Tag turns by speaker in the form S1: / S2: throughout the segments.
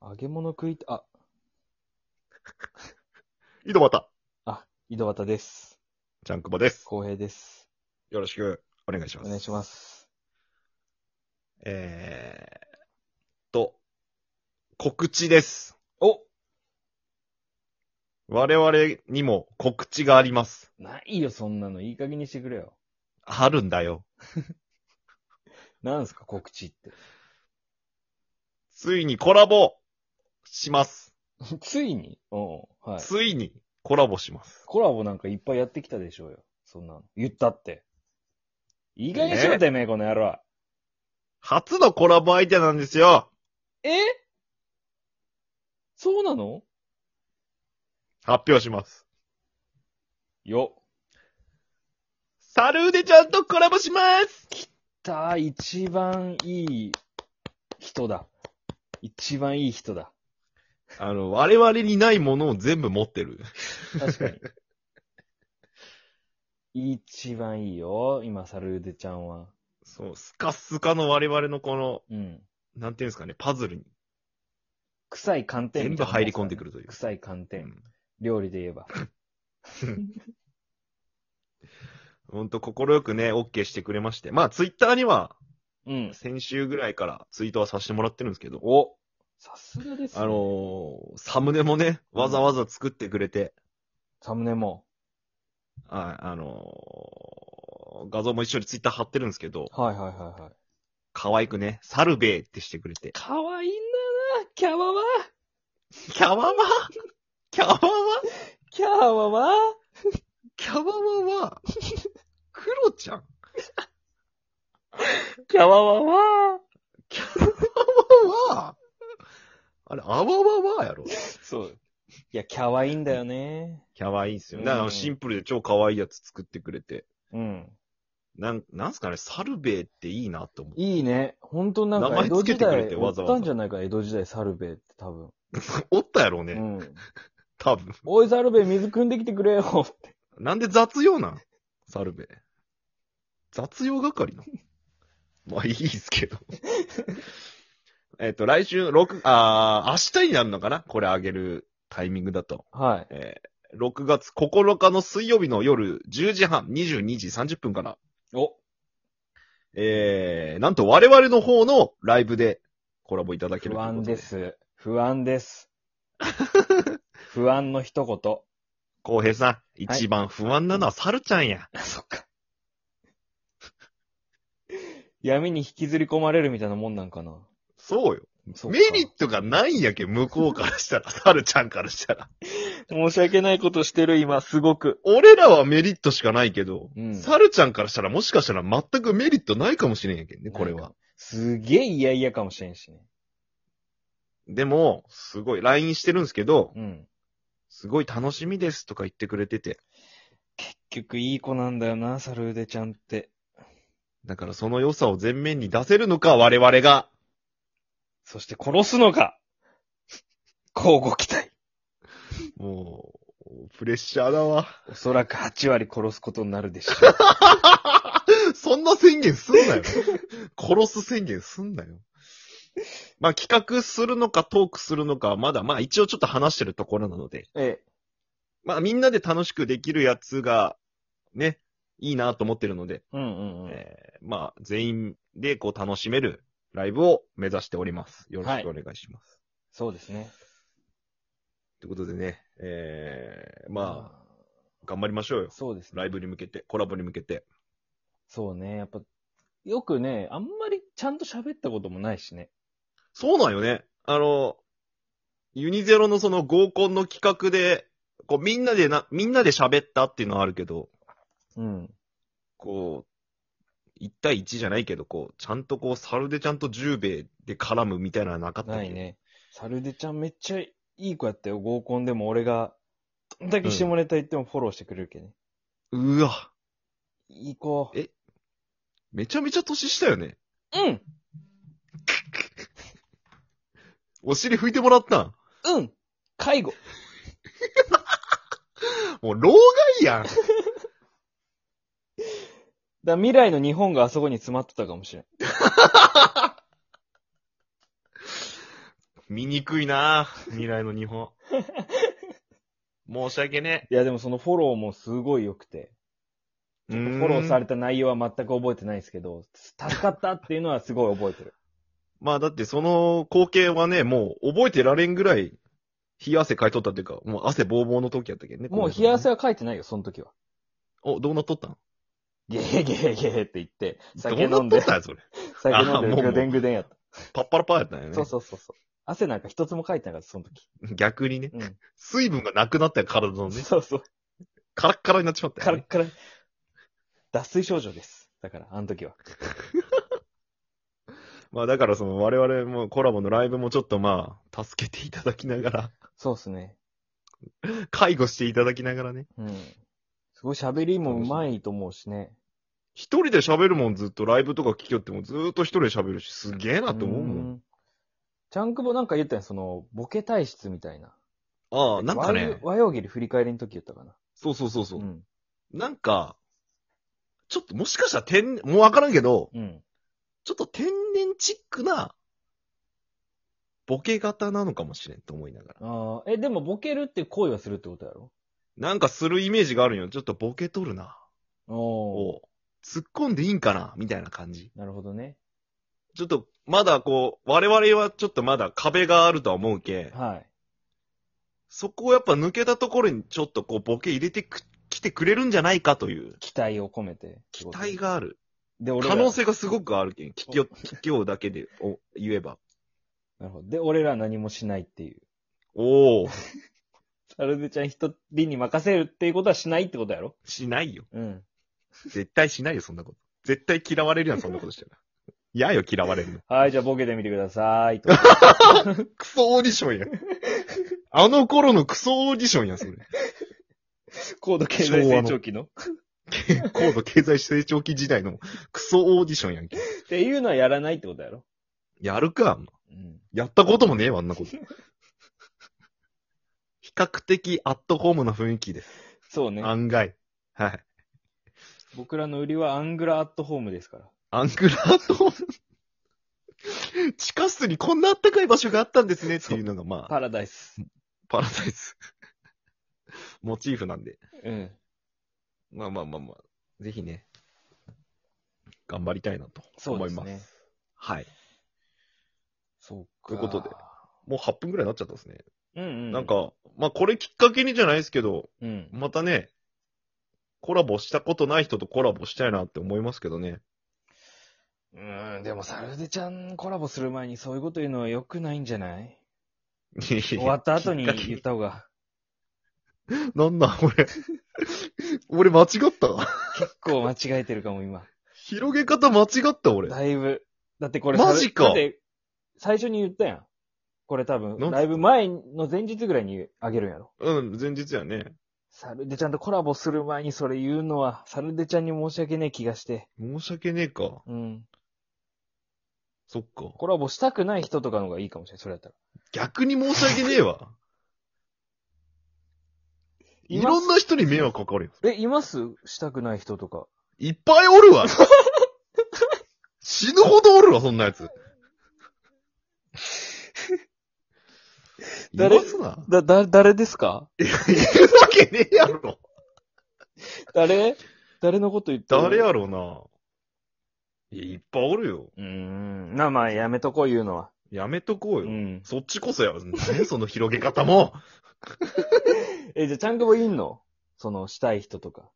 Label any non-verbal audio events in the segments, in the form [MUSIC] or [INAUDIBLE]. S1: 揚げ物食いた、あ、
S2: 井戸端、
S1: あ、井戸端です。
S2: ジャンクボです。
S1: 浩平です。
S2: よろしくお願いしま
S1: お
S2: す。
S1: 願いし
S2: す。
S1: ます。
S2: えーっと、告知です。
S1: お
S2: 我々にも告知があります。
S1: ないよ、そんなの。いい加減にしてくれよ。
S2: あるんだよ。
S1: なんすか、告知って。 [LAUGHS]
S2: ついにコラボします。
S1: ついにうん。はい。
S2: ついにコラボします。
S1: コラボなんかいっぱいやってきたでしょうよ。そんなの。言ったって。意外にしろてめえ、この野郎。
S2: 初のコラボ相手なんですよ。
S1: えそうなの
S2: 発表します。
S1: よ。
S2: サルーデちゃんとコラボします
S1: だ、一番いい人だ。一番いい人だ。
S2: あの、我々にないものを全部持ってる。
S1: 確かに。一番いいよ、今、サルーデちゃんは。
S2: そう、スカスカの我々のこの、
S1: うん。
S2: なんていうんですかね、パズルに
S1: 臭い寒天
S2: 全
S1: みたい
S2: 部
S1: なもんですからね
S2: 入り込んでくるという。
S1: 臭い寒
S2: う
S1: 天。
S2: ん
S1: 料理で言えば。
S2: ほんと、心よくね、OK してくれまして。まあ、ツイッターには、
S1: うん。
S2: 先週ぐらいからツイートはさせてもらってるんですけど、
S1: おさすがです、ね。
S2: あの、ーサムネもね、わざわざ作ってくれて、
S1: サムネも。
S2: ああのー画像も一緒にツイッター貼ってるんですけど、
S1: はいはいはいはい。
S2: 可愛くね、サルベーってしてくれて。
S1: かわいいんだよな、キャワワ
S2: キャワワキャワワ
S1: キャワワ
S2: キャワワは、クロちゃん
S1: キャワワワ
S2: キャワワは、あれ、アワワワやろ
S1: そう。いや、キャワいいんだよね。
S2: キャワいいっすよね。
S1: うん
S2: あのシンプルで超可愛いやつ作ってくれて。
S1: うん。
S2: なん、なんすかね、サルベーっていいなって思って。
S1: いいね。本当なんか江
S2: 名
S1: 戸
S2: 前つけ
S1: 時
S2: てくれ
S1: 代、
S2: て
S1: お
S2: わ
S1: っ
S2: ざわざ
S1: たんじゃないか、江戸時代サルベって多分。
S2: おったやろうね、
S1: うん。
S2: 多分。
S1: おい、サルベ水汲んできてくれよって。
S2: なんで雑用なんサルベー。雑用
S1: [LAUGHS]
S2: 係なのまあいいっすけど。 [LAUGHS] えっと、来週、6、あー明日になるのかなこれあげるタイミングだと。
S1: はい。
S2: えー6月9日の水曜日の夜10時半、22時30分から、
S1: お、
S2: えー、なんと我々の方のライブでコラボいただける
S1: 不
S2: というこ
S1: 安
S2: と
S1: で。す。不安 [LAUGHS] です。不安の一言。
S2: 浩平さん、一番不安なのはサルちゃんや。
S1: そっか。闇に引きずり込まれるみたいなもんなんかな。
S2: そうよ。
S1: そっか
S2: メリットがないんやけ、向こうからしたら、 [LAUGHS] サルちゃんからしたら。
S1: 申し訳ないことしてる、今、すごく。
S2: 俺らはメリットしかないけど、
S1: うん
S2: サルちゃんからしたらもしかしたら全くメリットないかもしれんやけんね、これ
S1: なん
S2: は
S1: か。。すげえ嫌々かもしれんしね。
S2: でも、すごい、LINE してるんですけど、
S1: うん。
S2: すごい楽しみですとか言ってくれてて、
S1: 結局いい子なんだよな、サルーデちゃんって。
S2: だからその良さを前面に出せるのか、我々が。
S1: そして殺すのか。 [LAUGHS] 交互期待。
S2: もう、プレッシャーだわ。
S1: おそらく8割殺すことになるでしょう。
S2: [LAUGHS] そんな宣言すんなよ。殺す宣言すんなよ。まあ企画するのかトークするのかはまだまあ一応ちょっと話してるところなので、
S1: [LAUGHS] ええ。
S2: まあみんなで楽しくできるやつがね、いいなと思ってるので、
S1: うんうんうん。
S2: えーまあ全員でこう楽しめるライブを目指しております。よろしくお願いします。
S1: そうですね。
S2: ということでね、えー、まあ頑張りましょうよ
S1: あ。そうですね。
S2: ライブに向けて、コラボに向けて。
S1: そうね。やっぱ、よくね、あんまりちゃんと喋ったこともないしね。
S2: そうなんよね。あの、ユニゼロのその合コンの企画で、こうみんなでな、みんなで喋ったっていうのはあるけど、
S1: うん。
S2: こう、1対1じゃないけど、こう、ちゃんとこう、サルでちゃんと10米で絡むみたいなのはなかったけど
S1: ない。ね。サルデちゃんめっちゃいい子やったよ。合コンでも俺が、どんだけ下ネタ言ってもフォローしてくれるけどね。
S2: うわ、
S1: いい子。
S2: えめちゃめちゃ年下よね。
S1: うん
S2: お尻拭いてもらったん。
S1: うん介護
S2: もう、老
S1: [LAUGHS]
S2: 害やん。
S1: だから未来の日本があそこに詰まってたかもしれん。
S2: 醜いな未来の
S1: [LAUGHS]
S2: 日本。申し訳ね
S1: いや、でもそのフォローもすごい良くて、
S2: え。
S1: フォローされ
S2: うーん
S1: た内容は全く覚えてないですけど、助かったっていうのはすごい覚えてる。
S2: まあだってその光景はね、もう覚えてられんぐらい、冷や汗かいとったっていうか、もう汗ぼうぼうの時やったけんね。
S1: もう冷や汗は書いてないよ、その時は。
S2: お、どうなっとったん
S1: ゲーゲーゲーって言って、酒
S2: ど
S1: 飲
S2: うなんっとっ
S1: で、
S2: たんや、それ。
S1: 酒飲ん
S2: あも
S1: で
S2: う
S1: ぐでんぐでんやった。
S2: パッパラパーやったんやね。
S1: そうそうそうそう。汗なんか一つも書いてなかった、その時。
S2: 逆にね。
S1: うん。
S2: 水分がなくなったよ体のね。
S1: そうそう。
S2: カラッカラになっちまった
S1: カ
S2: よ、
S1: ラッ
S2: ね。
S1: カラ。脱水症状です。だから、あの時は。
S2: まあだからその我々もコラボのライブもちょっとまあ、助けていただきながら、 [LAUGHS]
S1: そうっすね。
S2: 介護していただきながらね。
S1: うん。すごい喋りもうまいと思うしね。
S2: 一人で喋るもんずっとライブとか聞きよってもずーっと一人で喋るし、すげえなと思うもん。
S1: ん。ちゃんくぼなんか言ったやん、その、ボケ体質みたいな。
S2: ああ、なんかね、
S1: 和洋切り振り返りの時言ったかな。
S2: そうそうそうそう、
S1: ん。
S2: なんか、ちょっともしかしたら天、もうわからんけど、
S1: うん。
S2: ちょっと天然チックな、ボケ型なのかもしれんと思いながら。
S1: ああ、え、でもボケるって行為はするってことやろ
S2: なんかするイメージがあるんよ。ちょっとボケとるな。
S1: おお。
S2: を突っ込んでいいんかなみたいな感じ。
S1: なるほどね。
S2: ちょっと、まだこう、我々はちょっとまだ壁があるとは思うけ、
S1: はい。
S2: そこをやっぱ抜けたところにちょっとこう、ボケ入れてく、来てくれるんじゃないかという
S1: 期待を込めて。
S2: 期待。がある。
S1: で、俺
S2: 可
S1: ら。
S2: 能性がすごくあるけん、聞きよ、聞きようだけでお言えば。
S1: なるほど。で、俺ら何もしないっていう。
S2: おお
S1: サルベちゃん一人に任せるっていうことはしないってことやろ
S2: しないよ。
S1: うん。
S2: 絶対しないよ、そんなこと。絶対嫌われるやん、そんなことしたら。嫌よ、嫌われるの。
S1: はい、じゃあボケてみてください。
S2: [LAUGHS] クソオーディションやん。あの頃のクソオーディションやん、それ。
S1: 高度経
S2: 済成長
S1: 期の。っ
S2: 高度経済成長期時代のクソオーディションやんけ。
S1: ていうのはやらないってことやろ
S2: やるか。
S1: うん。
S2: やったこともねえわ、あんなこと。比較的アットホームな雰囲気です。
S1: そうね。
S2: 案外。はい。
S1: 僕らの売りはアングラアットホームですから。
S2: アングラートホーム。地下室にこんなあったかい場所があったんですねっていうのが、まあ、
S1: パラダイス。
S2: パラダイス。モチーフなんで。
S1: うん。
S2: まあまあまあまあ、ぜひね、頑張りたいなと
S1: そう
S2: 思
S1: で
S2: い
S1: す
S2: ます。
S1: ね。
S2: はい。
S1: そうか。
S2: ということでもう8分くらいになっちゃったですね。
S1: うんうん。
S2: なん、か、まあこれきっかけにじゃないですけど、
S1: うん。
S2: またね、コラボしたことない人とコラボしたいなって思いますけどね。
S1: うーん、でもサルデちゃんコラボする前にそういうこと言うのは良くないんじゃない
S2: 終
S1: 終
S2: [LAUGHS]
S1: わった後に言っ
S2: な
S1: た方が。
S2: んだ、俺。俺間違った。
S1: 結構間違えてるかも、今。
S2: 広げ方間違った、俺。
S1: だいぶ。だってこれ、
S2: マジか
S1: だって、最初に言ったやん。これ多
S2: なん
S1: 分、ライブ前の前日ぐらいにあげるんやろ。
S2: うん、前日やね。
S1: サルデちゃんとコラボする前にそれ言うのは、サルデちゃんに申し訳ねえ気がして。
S2: 申し訳ねえか。
S1: うん。
S2: そっか。
S1: コラボしたくない人とかの方がいいかもしれない、それやったら。
S2: 逆に申し訳ねえ
S1: [LAUGHS]
S2: わ。いろんな人に迷惑かかるよ。
S1: え、いますしたくない人とか。
S2: いっぱいおるわ。死ぬほどおるわ、そんなやつ。い
S1: 誰
S2: ますな。
S1: だ、だ、誰ですか
S2: いるわけねえやろ。
S1: 誰誰のこと言ってる
S2: 誰やろうな。いや、いっぱいおるよ。
S1: うーん。な、まあ、やめとこう言うのは。
S2: やめとこう
S1: う
S2: よ。
S1: ん。
S2: そっちこそや。何その広げ方も。
S1: え、じゃあ、ちゃんくぼいんのその、したい人とか。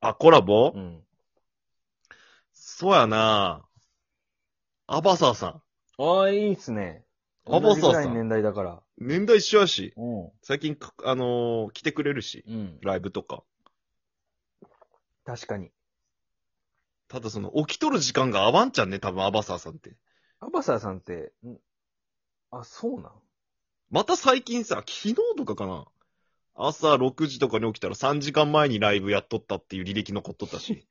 S2: あ、コラボ、
S1: うん。
S2: そうやな。アバサーさん。
S1: ああ、いいっすね。
S2: アバ
S1: 同じ
S2: サー
S1: ぐらい
S2: さ
S1: の
S2: ん。
S1: 年代だから。
S2: 年代一緒やし。
S1: うん。
S2: 最近か、あのー来てくれるし。
S1: うん。
S2: ライブとか。
S1: 確かに。
S2: ただその、起きとる時間が合わんちゃんね、多分アバサーさんって。
S1: アバサーさんって、んあ、そうなん
S2: また最近さ、昨日とかかな。朝6時とかに起きたら3時間前にライブやっとったっていう履歴残っとった
S1: [LAUGHS]
S2: し。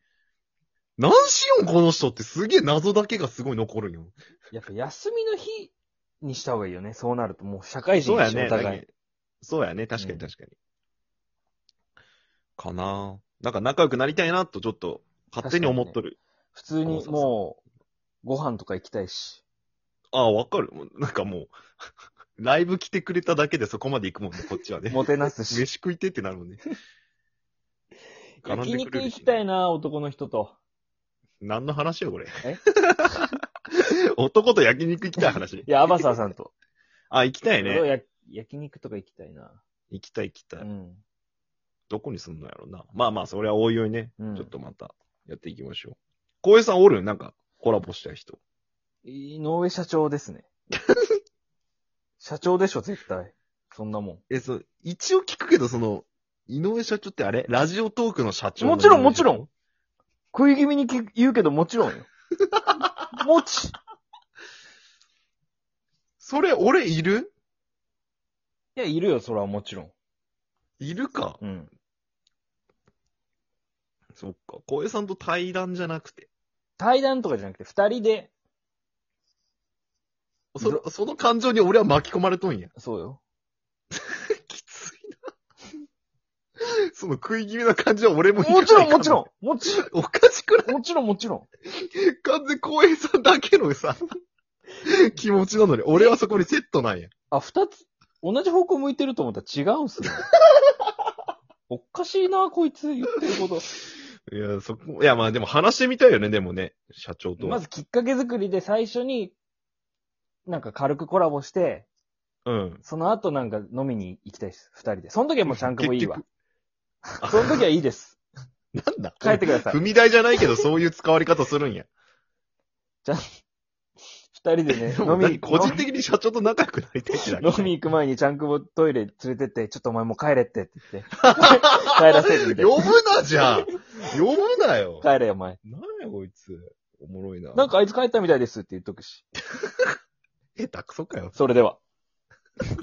S2: 何しよんこの人ってすげえ謎だけがすごい残るんよ。
S1: やっぱ休みの日にした方がいいよね。そうなると、もう社会人
S2: そう
S1: だ
S2: や
S1: し、
S2: ね。
S1: お互い。
S2: そうやね。確かに
S1: うん
S2: 確かに。かなぁ。なんか仲良くなりたいなとちょっと勝手に思っとる。
S1: 普通
S2: そう
S1: に、
S2: そうそう
S1: もう、ご飯とか行きたいし。
S2: ああ、わかる。もうなんかもう、 [LAUGHS] ライブ来てくれただけでそこまで行くもんね、こっちはね。
S1: もてなす
S2: 飯
S1: し。
S2: 食いてってなるもんね。絡
S1: [LAUGHS]
S2: ん
S1: 焼
S2: でく
S1: 肉
S2: れる
S1: 行
S2: し
S1: きたいな、男の人と。
S2: 何の話よ、これ
S1: え。
S2: [LAUGHS] 男と焼肉行きたい話
S1: い。
S2: [LAUGHS]
S1: や、アバサーさんと。
S2: あ、行きたいね。
S1: や焼肉とか行きたいな。
S2: 行きたい行きた
S1: う
S2: い。
S1: ん。
S2: どこに住んのやろうな。まあまあ、それはおいおいね。
S1: うん
S2: ちょっとまた、やっていきましょう。浩平さんおるなんか、コラボしたい人。
S1: 井上社長です
S2: [LAUGHS]
S1: ね。社長でしょ、絶対。そんなも
S2: え、そう、一応聞くけど、その、井上社長ってあれラジオトークの社長
S1: ん。もちろん、もちろん。。食い気味にき言うけど、もちろんよ。もち。
S2: それ、俺いる
S1: いや、いるよ、それはもちろん。
S2: いるか。
S1: うん。
S2: そっか。浩平さんと対談じゃなくて。
S1: 対談とかじゃなくて、二人で、
S2: その、その感情に俺は巻き込まれとんや。
S1: そうよ。
S2: きついな。その食い気味な感じは俺もいらない
S1: もちろん、もち
S2: ん。
S1: ろん。もち、
S2: おかしくない
S1: もちろん、もちろん。
S2: 完全光栄さんだけのさ、 [LAUGHS] 気持ちなのに、俺はそこにセットなんや。
S1: あ、二つ、同じ方向向いてると思ったら違うんすね。おかしいな、こいつ言ってること。
S2: いや、そこ、いや、まあでも話してみたいよね、でもね、社長とは。
S1: まずきっかけ作りで最初に、なんか軽くコラボして、
S2: うん。
S1: その後なんか飲みに行きたいです。二人で。その時はもうちゃんくもい
S2: [LAUGHS]
S1: いわ。
S2: 局
S1: その時はいいです。
S2: なんだ
S1: 帰ってください
S2: 踏み台じゃないけど、そういう使われ方するんや。
S1: 二人でね、
S2: でも
S1: 飲み
S2: 何、個人的に社長と仲良くなりたいってだけ
S1: 飲み行く前にちゃんくぼトイレ連れてって、ちょっとお前もう帰れってって言って。帰らせるみたいな
S2: [LAUGHS] 呼。ぶなじゃん呼ぶなよ
S1: 帰れよ、お前。
S2: なんやこいつ。おもろいな。
S1: なんかあいつ帰ったみたいですって言っとくし。
S2: え、下手くそかよ。
S1: それでは。